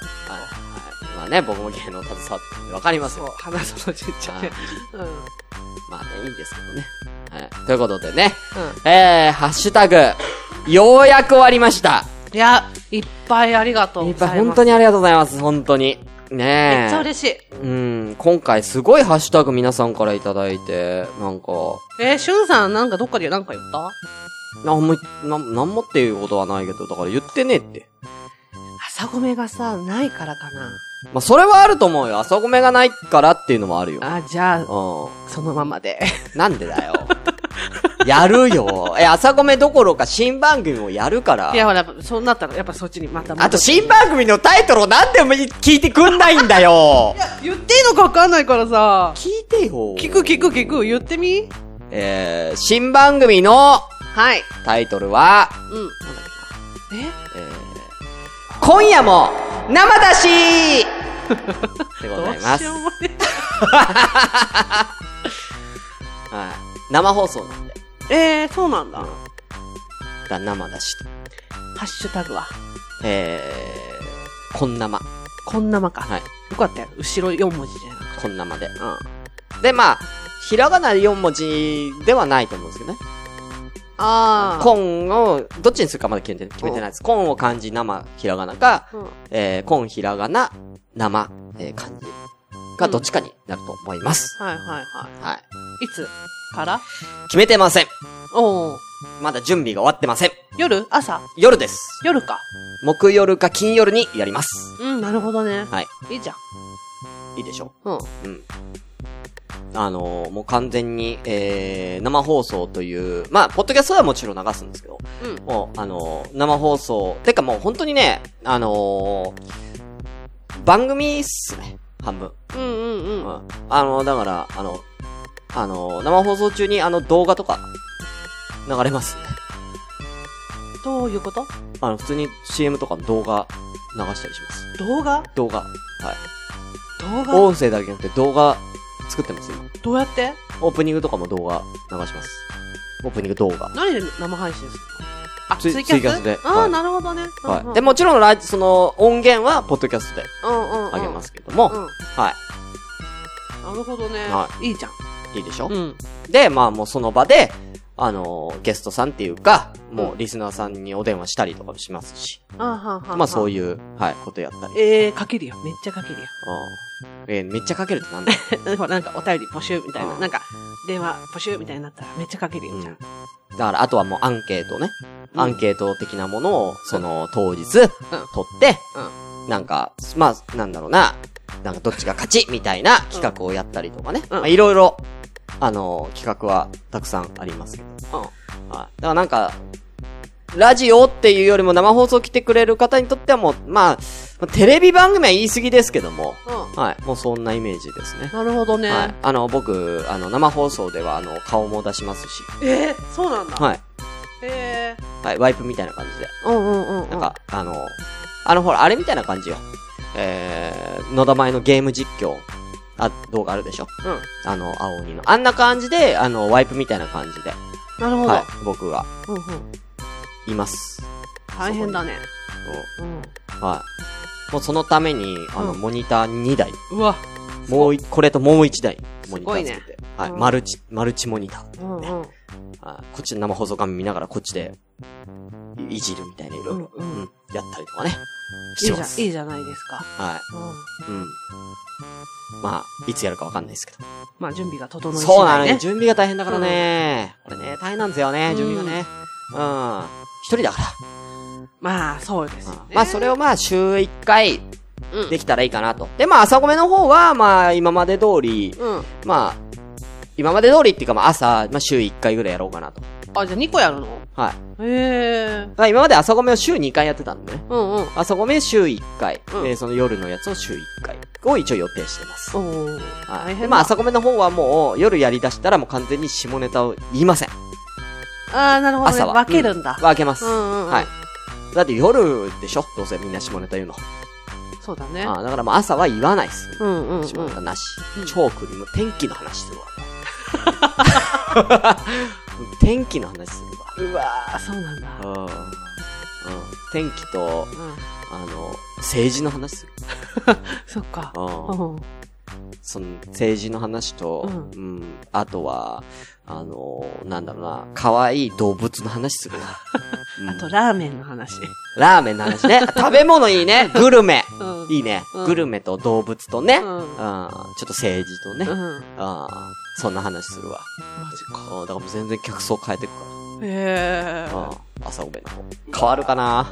Speaker 1: まあね、僕も芸能携わってるんでわかります
Speaker 2: そう
Speaker 1: よ。、
Speaker 2: 花園神社ね。うん。うん。
Speaker 1: まあね、いいんですけどね。はい。ということでね。えー、ハッシュタグ、ようやく終わりました。
Speaker 2: いや、いっぱいありがとう
Speaker 1: い
Speaker 2: ご
Speaker 1: っぱい
Speaker 2: ざい
Speaker 1: 本
Speaker 2: ます。
Speaker 1: 当にありがとうございます、本当に。ねえ。
Speaker 2: めっちゃ嬉しい。
Speaker 1: うん、今回すごいハッシュタグ皆さんからいただいて、なんか、
Speaker 2: えー、しゅんさんなんかどっかでなんか言った
Speaker 1: なんも、なん、なんもっていうことはないけど、だから言ってねえって。
Speaker 2: 朝米がさ、ないからか
Speaker 1: まあ、それはあると思うよ。朝ごめがないからっていうのもあるよ。
Speaker 2: な。あ、じゃあ、
Speaker 1: う
Speaker 2: そのままで。
Speaker 1: ん。なんでだよ。やるよ。え、朝ごめどころか新番組をやるから
Speaker 2: い。や、ほら、そうなったら、やっぱそっちにまた戻
Speaker 1: あ
Speaker 2: って
Speaker 1: と新番組のタイトルをなんで聞いてくんないんだよ。
Speaker 2: 言っていいのかわかんないからさ。
Speaker 1: 聞いてよ。
Speaker 2: 聞く聞く聞く、言ってみ
Speaker 1: えー、新番組の
Speaker 2: はい。
Speaker 1: タイトルは、
Speaker 2: うん。え
Speaker 1: 今夜も生だしでご
Speaker 2: ど
Speaker 1: ざいうま
Speaker 2: し
Speaker 1: す。
Speaker 2: よう
Speaker 1: は
Speaker 2: もね。
Speaker 1: い。生放送なんで。
Speaker 2: えー、そうなんだ。
Speaker 1: だ生だし。
Speaker 2: ハッシュタグは。
Speaker 1: えー、こん生。
Speaker 2: こんなまか。
Speaker 1: はい。
Speaker 2: よかったよ。後ろ4文字じゃなく
Speaker 1: こん生で。
Speaker 2: て。うん。
Speaker 1: で、まあ、ひらがな4文字ではないと思うんですけどね。
Speaker 2: あー。
Speaker 1: コンを、どっちにするかまだ決めて決めてないです。コンを漢字生ひらがなか、
Speaker 2: うん
Speaker 1: えー、コンひらがな生、えー、漢字かどっちかになると思います。
Speaker 2: はいはいは
Speaker 1: はい。
Speaker 2: い。いつから
Speaker 1: 決めてません。
Speaker 2: おー。
Speaker 1: まだ準備が終わってません。
Speaker 2: 夜朝
Speaker 1: 夜です。
Speaker 2: 夜か。
Speaker 1: 木夜か金夜にやります。
Speaker 2: うん、なるほどね。
Speaker 1: はい。
Speaker 2: いいじゃん。
Speaker 1: いいでしょ
Speaker 2: うん。
Speaker 1: う。うん。あのーもう完全に、えー、生放送という、まあ、ポッドキャストはもちろん流すんですけど、
Speaker 2: うん
Speaker 1: もう、あのー生放送、てかもう本当にね、あのー番組っすね、半分。
Speaker 2: うんうん
Speaker 1: う。
Speaker 2: うんん。
Speaker 1: あのーだから、あの、あのー生放送中にあの動画とか、流れますね。
Speaker 2: どういうこと
Speaker 1: あの、普通に CM とかの動画流したりします。
Speaker 2: 動画
Speaker 1: 動画。はい。
Speaker 2: 動画
Speaker 1: 音声だけじゃなくて動画作ってます、今。
Speaker 2: どうやって
Speaker 1: オープニングとかも動画流します。オープニング動画。
Speaker 2: 何で生配信するのあ、
Speaker 1: ツイ
Speaker 2: ツイキャ
Speaker 1: ツイ
Speaker 2: ス
Speaker 1: キャスで
Speaker 2: ああ、
Speaker 1: はい
Speaker 2: なるほどね。うんう
Speaker 1: は
Speaker 2: ん
Speaker 1: い。で、もちろんラジ、その、音源は、ポッドキャストで
Speaker 2: うんうんうん
Speaker 1: あげま。すけども、
Speaker 2: うん。
Speaker 1: は
Speaker 2: なるほどね。
Speaker 1: はい
Speaker 2: いじゃん。
Speaker 1: い。いいでしょ、
Speaker 2: ん。
Speaker 1: で、まあ、もうその場で、あのーゲストさんっていうか、もう、リスナーさんにお電話したりとかもしますし、
Speaker 2: あはんはんはん。
Speaker 1: まあ、そう
Speaker 2: いう。
Speaker 1: いう、はい、ことやったり。
Speaker 2: えー、かけるよ。めっちゃか ける
Speaker 1: う
Speaker 2: よ。
Speaker 1: んえーめっちゃかけるってなんだ
Speaker 2: ほら、なんかお便り募集みたいな。
Speaker 1: うん
Speaker 2: なんか、電話募集みたいになったらめっちゃかけるよ、じゃん。
Speaker 1: だから、あとはもうアンケートね。
Speaker 2: うん
Speaker 1: アンケート的なものを、その、当日、取って、なんか、まあ、なんだろうな、なんかどっちが勝ち、みたいな企画をやったりとかね。
Speaker 2: うん
Speaker 1: まあ、いろいろ、あの、企画はたくさんありますけど。はい。だからなんか、ラジオっていうよりも生放送来てくれる方にとってはもう、まあ、まあテレビ番組は言い過ぎですけども、
Speaker 2: う
Speaker 1: はい。もうそんなイメージですね。
Speaker 2: ん。なるほどね。
Speaker 1: はい。あの、僕、あの、生放送では、あの、顔も出しますし、
Speaker 2: えー、そうなんだ。
Speaker 1: はい。
Speaker 2: え
Speaker 1: はい、ワイプみたいな感じで。
Speaker 2: ー、うんうんうんうん。
Speaker 1: なんか、あの、あの、ほら、あれみたいな感じよ。えー、野田前のゲーム実況、あ、動画あるでしょ
Speaker 2: うん。
Speaker 1: あの、青鬼の。あんな感じで、あの、ワイプみたいな感じで。
Speaker 2: なるほど。
Speaker 1: はい、僕が、
Speaker 2: うんうん。
Speaker 1: います。
Speaker 2: 大変だね。うん。
Speaker 1: うんはい。もうそのために、あの、
Speaker 2: うん
Speaker 1: モニター2台。
Speaker 2: うわ。
Speaker 1: もうい、これともう1台、モニターつけ
Speaker 2: すご
Speaker 1: て。はい、
Speaker 2: うん
Speaker 1: マルチ、マルチモニター。
Speaker 2: うんうん。
Speaker 1: はいこっちで生放送画面見ながら、こっちで、いいじるみたいな、いろいろ、
Speaker 2: うんうん
Speaker 1: うん、やったりとかね。
Speaker 2: い
Speaker 1: し
Speaker 2: いじ
Speaker 1: て
Speaker 2: ゃん
Speaker 1: ま、す。
Speaker 2: いいじゃないですか。
Speaker 1: はい。
Speaker 2: う
Speaker 1: う
Speaker 2: ん。
Speaker 1: ん。まあ、いつやるかわかんないですけど。
Speaker 2: まあ、準備が整い次第
Speaker 1: そうなのよ。
Speaker 2: ね。
Speaker 1: 準備が大変だからね。これね、大変なんですよね、準備がね。うん。一人だから。
Speaker 2: まあ、そうです
Speaker 1: うん
Speaker 2: よね。
Speaker 1: まあ、それをまあ、週一回
Speaker 2: う、ん
Speaker 1: できたらいいかなと。で、まあ、朝ごめの方は、まあ、今まで通り、
Speaker 2: うん。
Speaker 1: まあ、今まで通りっていうか、まあ、朝、まあ、週一回ぐらいやろうかなと。
Speaker 2: あ、じゃあ2個やるの
Speaker 1: はい。
Speaker 2: へえ。
Speaker 1: まあ、今まで朝ごめを週2回やってたんでね。
Speaker 2: うんうん。
Speaker 1: 朝ごめ週1回、
Speaker 2: うん
Speaker 1: でその夜のやつを週1回を一応予定してます。
Speaker 2: おー。
Speaker 1: は
Speaker 2: 大
Speaker 1: い。
Speaker 2: 変
Speaker 1: で
Speaker 2: だ
Speaker 1: まあ、朝ごめの方はもう、夜やり出したらもう完全に下ネタを言いません。
Speaker 2: ああ、なるほどね。
Speaker 1: 朝は。
Speaker 2: 分けるんだ
Speaker 1: う。分けます。
Speaker 2: うんうんうん
Speaker 1: はい。だって夜でしょどうせみんな下ネタ言うの。
Speaker 2: そうだね。
Speaker 1: ああだからもう朝は言わないです。
Speaker 2: うんうんうん。
Speaker 1: 下ネタなし
Speaker 2: うん。
Speaker 1: 超クリーム。天気の話す るわ。天気の話す
Speaker 2: うわー、そうなんだ
Speaker 1: る。わ。うん。うん。天気と、
Speaker 2: うん。
Speaker 1: あの、政治の話する。
Speaker 2: そっか。
Speaker 1: うん。
Speaker 2: うん。
Speaker 1: その、政治の話と、
Speaker 2: うん
Speaker 1: うん、あとは、あのーなんだろうな、可愛い動物の話する わ。うん
Speaker 2: あと、ラーメンの話。
Speaker 1: ラーメンの話ね。 食べ物いいね。グルメ。
Speaker 2: うん。
Speaker 1: いいね、
Speaker 2: うん
Speaker 1: グルメと動物とね、
Speaker 2: う
Speaker 1: うん、
Speaker 2: ん
Speaker 1: ちょっと政治とね、
Speaker 2: う
Speaker 1: うん、
Speaker 2: ん。
Speaker 1: そんな話するわ。
Speaker 2: マジか。
Speaker 1: うんだからもう全然客層変えてくか
Speaker 2: へえ。
Speaker 1: ら、うん、朝ごめんの方。変わるかな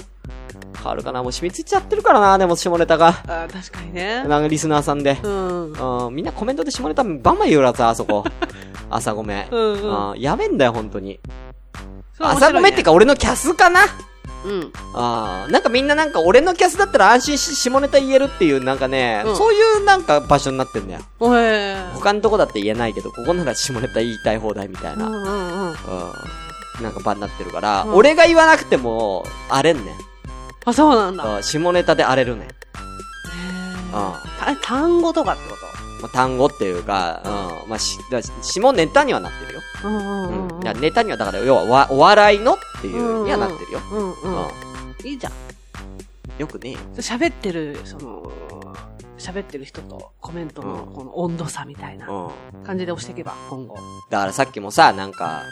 Speaker 1: 変わるかなもう染みついちゃってるからな、でも下ネタが。
Speaker 2: あー確かにね。
Speaker 1: なんかリスナーさんで。
Speaker 2: うん。
Speaker 1: うん、みんなコメントで下ネタバンバン言うやつ、あそ こ。朝ごめん。
Speaker 2: うんうん
Speaker 1: うんやべんだよ、本当に。
Speaker 2: それ面白いね
Speaker 1: 朝ごめんってか俺のキャスかな
Speaker 2: うん。
Speaker 1: ああ、なんかみんななんか俺のキャスだったら安心し下ネタ言えるっていうなんかね、
Speaker 2: うん
Speaker 1: そういうなんか場所になってんだよ。
Speaker 2: おへえ。
Speaker 1: 他のとこだって言えないけど、ここなら下ネタ言いたい放題みたい
Speaker 2: うん
Speaker 1: な、うん、
Speaker 2: うんうん。
Speaker 1: なんか場になってるから、
Speaker 2: うん
Speaker 1: 俺が言わなくても、荒れんね。
Speaker 2: あ、そうなんだ。へ
Speaker 1: うん下ネタで荒れるね。うん。
Speaker 2: ー
Speaker 1: ま
Speaker 2: た単語とかってこ
Speaker 1: あ、単語っていうか、うん。まあ、し、だ下ネタにはなってるよ。
Speaker 2: とうんうん
Speaker 1: う。
Speaker 2: うんんうん。
Speaker 1: いやネタにはだから、要はわお笑いのっていうにはなってるよ。
Speaker 2: うん
Speaker 1: うん。
Speaker 2: うん。いいじゃん。
Speaker 1: よくねえよ。
Speaker 2: 喋ってる、その、喋ってる人とコメントの
Speaker 1: うん
Speaker 2: この温度差みたいな
Speaker 1: うん。
Speaker 2: 感じで押していけば、今後。
Speaker 1: だからさっきもさ、なんか、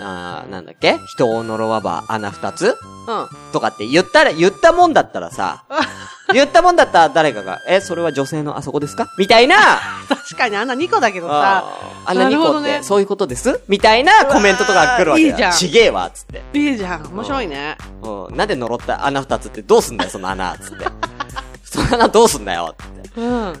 Speaker 2: うん。
Speaker 1: あーなんだっけ人を呪わば穴二つ
Speaker 2: うん。
Speaker 1: とかって言ったら、言ったもんだったら さ、言ったもんだったら誰かが、え、それは女性のあそこですかみたいな、
Speaker 2: 確かにあんな2個だけどさ、
Speaker 1: あーあんなニ
Speaker 2: なるほ
Speaker 1: コ
Speaker 2: ど
Speaker 1: って
Speaker 2: ね
Speaker 1: そういうことですみたいなコメントとか来るわけだよ。
Speaker 2: うわーいいじゃん
Speaker 1: ちげえわ、つって。
Speaker 2: いいじゃん。面白いね。
Speaker 1: うん。なんで呪った穴二つってどうすんだよ、その穴、つって。 その穴どうすんだよ、つって。
Speaker 2: うん。
Speaker 1: うん。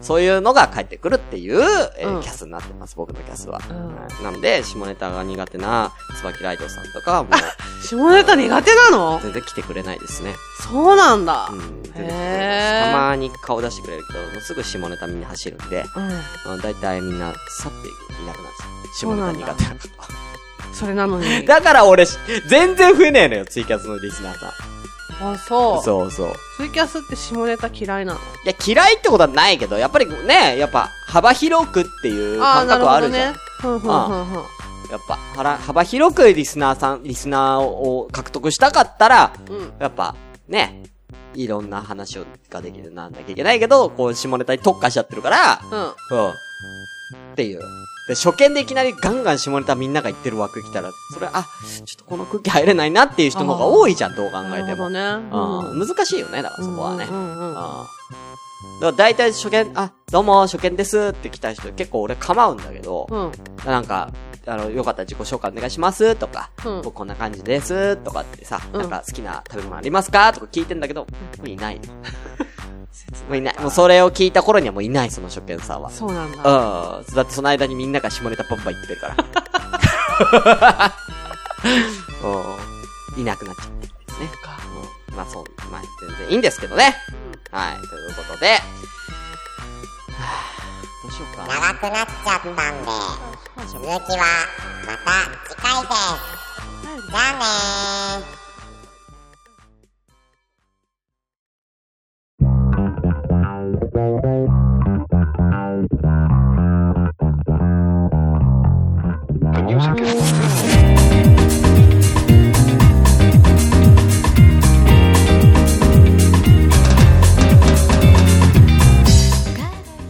Speaker 1: そういうのが返ってくるっていう、えー
Speaker 2: うん
Speaker 1: キャスになってます、僕のキャスは。
Speaker 2: うん
Speaker 1: はいなので、下ネタが苦手な椿ライドさんとかはもう、
Speaker 2: 下ネタ苦手なの
Speaker 1: 全然来てくれないですね。
Speaker 2: そうなんだ
Speaker 1: う。ん、全然来てくれない
Speaker 2: へ
Speaker 1: です
Speaker 2: ー
Speaker 1: たまに顔出してくれるけど、もうすぐ下ネタみんな走るんで、
Speaker 2: うん。
Speaker 1: うん、大体みんな去っていなくなるんですよ。下ネタ苦手な方は。
Speaker 2: それなのに。
Speaker 1: だから俺、全然増えねえのよ、ツイキャスのリスナーさん。
Speaker 2: あ、そう。
Speaker 1: そうそう。
Speaker 2: ツイキャスって下ネタ嫌いなの
Speaker 1: いや、嫌いってことはないけど、やっぱりね、やっぱ、幅広くっていう感覚はあるじゃん。
Speaker 2: ふんふんふんふん。
Speaker 1: やっぱ、腹幅広くリスナーさん、リスナーを獲得したかったら、
Speaker 2: うん
Speaker 1: やっぱ、ね、いろんな話をができるなんなきゃいけないけど、こう、下ネタに特化しちゃってるから、
Speaker 2: うん。
Speaker 1: うん。っていう。で、初見でいきなりガンガン下ネタみんなが言ってる枠来たら、それ、あ、ちょっとこの空気入れないなっていう人の方が多いじゃん、どう考
Speaker 2: な
Speaker 1: えて
Speaker 2: るほ
Speaker 1: も。
Speaker 2: どね。
Speaker 1: うん。難しいよね、だからそこはね。
Speaker 2: うんうんうん
Speaker 1: ああ。だから大体初見、あ、どうも、初見ですって来た人、結構俺構うんだけど、
Speaker 2: うん。
Speaker 1: なんか、あの、よかったら自己紹介お願いしますとか、
Speaker 2: うん
Speaker 1: 僕こんな感じですとかってさ、
Speaker 2: うん
Speaker 1: なんか好きな食べ物ありますかとか聞いてんだけど、もうい ない。もういない。もうそれを聞いた頃にはもういない、その初見さんは。
Speaker 2: そうなんだ。
Speaker 1: うん。だってその間にみんなが下ネタバンバン言ってるから。うんいなくなっちゃってるんですね。うんまあそう、まあ全然いいんですけどね。はい、ということで。はぁどうしようか。
Speaker 6: 長くなっちゃったんで、続きはまた次回です。じゃあねー。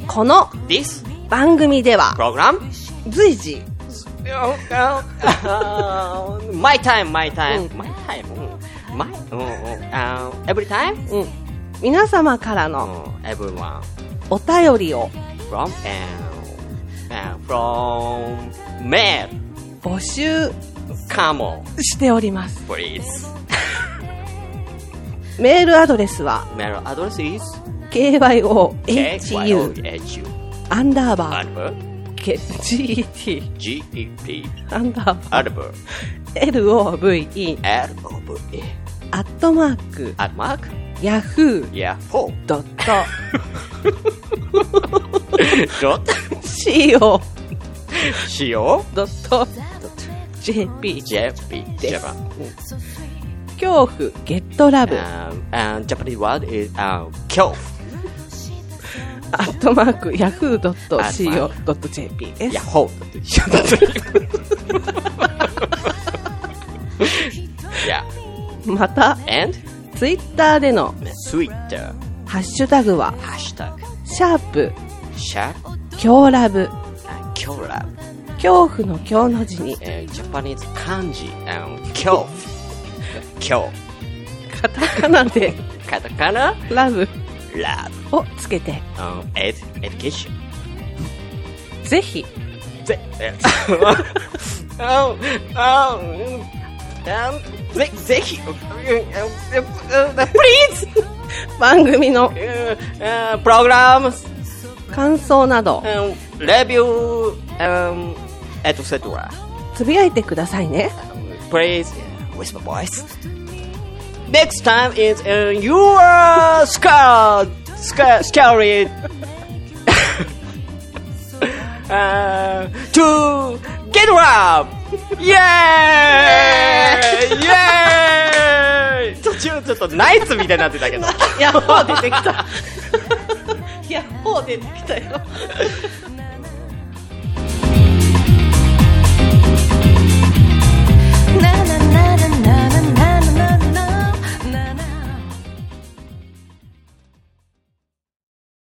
Speaker 2: この
Speaker 1: This
Speaker 2: 番組では
Speaker 1: program?
Speaker 2: 随時、
Speaker 1: my time, my time, my time, うん my, うんうんあー every time?
Speaker 2: うん、皆様から
Speaker 1: う
Speaker 2: の
Speaker 1: ん everyone
Speaker 2: お便りを
Speaker 1: from, and, and from, mail,
Speaker 2: 募集
Speaker 1: come on,
Speaker 2: しております。
Speaker 1: please.
Speaker 2: メールアドレスは、
Speaker 1: Mail address is
Speaker 2: kyohu アンダーバー
Speaker 1: G
Speaker 2: get
Speaker 1: E P
Speaker 2: アンダーバ
Speaker 1: Albert
Speaker 2: ー love
Speaker 1: L O V E
Speaker 2: アットマーク
Speaker 1: at mark
Speaker 2: yahoo.co.jp
Speaker 1: yeah four dot C O J P Japan
Speaker 2: 恐怖ゲットラブ
Speaker 1: um, and Japanese word is um kyo
Speaker 2: アットマーク
Speaker 1: yahoo.co.jp
Speaker 2: yahoo.co.jp です
Speaker 1: yeah hold と一緒だった yeah
Speaker 2: また
Speaker 1: and
Speaker 2: ツイッターでの
Speaker 1: Twitter
Speaker 2: ハッシュタグは
Speaker 1: hashtag
Speaker 2: シャープ
Speaker 1: sharp
Speaker 2: 恐ラブ
Speaker 1: and kyo lab
Speaker 2: 恐怖の恐の字に
Speaker 1: uh, Japanese kanji and kyo kyo
Speaker 2: カタカナで
Speaker 1: katakana
Speaker 2: ラブ
Speaker 1: lab
Speaker 2: をつけて
Speaker 1: um, ed education
Speaker 2: ぜひ
Speaker 1: ぜ、え、あん、あん、あん、ぜ、ぜひ、うん、うん、うん、プ
Speaker 2: 番組の
Speaker 1: リーズうん、プログラム、
Speaker 2: 感想など
Speaker 1: うん、レビュー、うん、エトセトラ。
Speaker 2: つぶやいてくださいね
Speaker 1: Please, whisper voice. Next time is uh, your scar, scar, scary. uh, to get up. Yay! Yay! 途中ちょっとナイツみたいになって たけど。
Speaker 2: ヤッホー出てきたヤッホー出てきたよ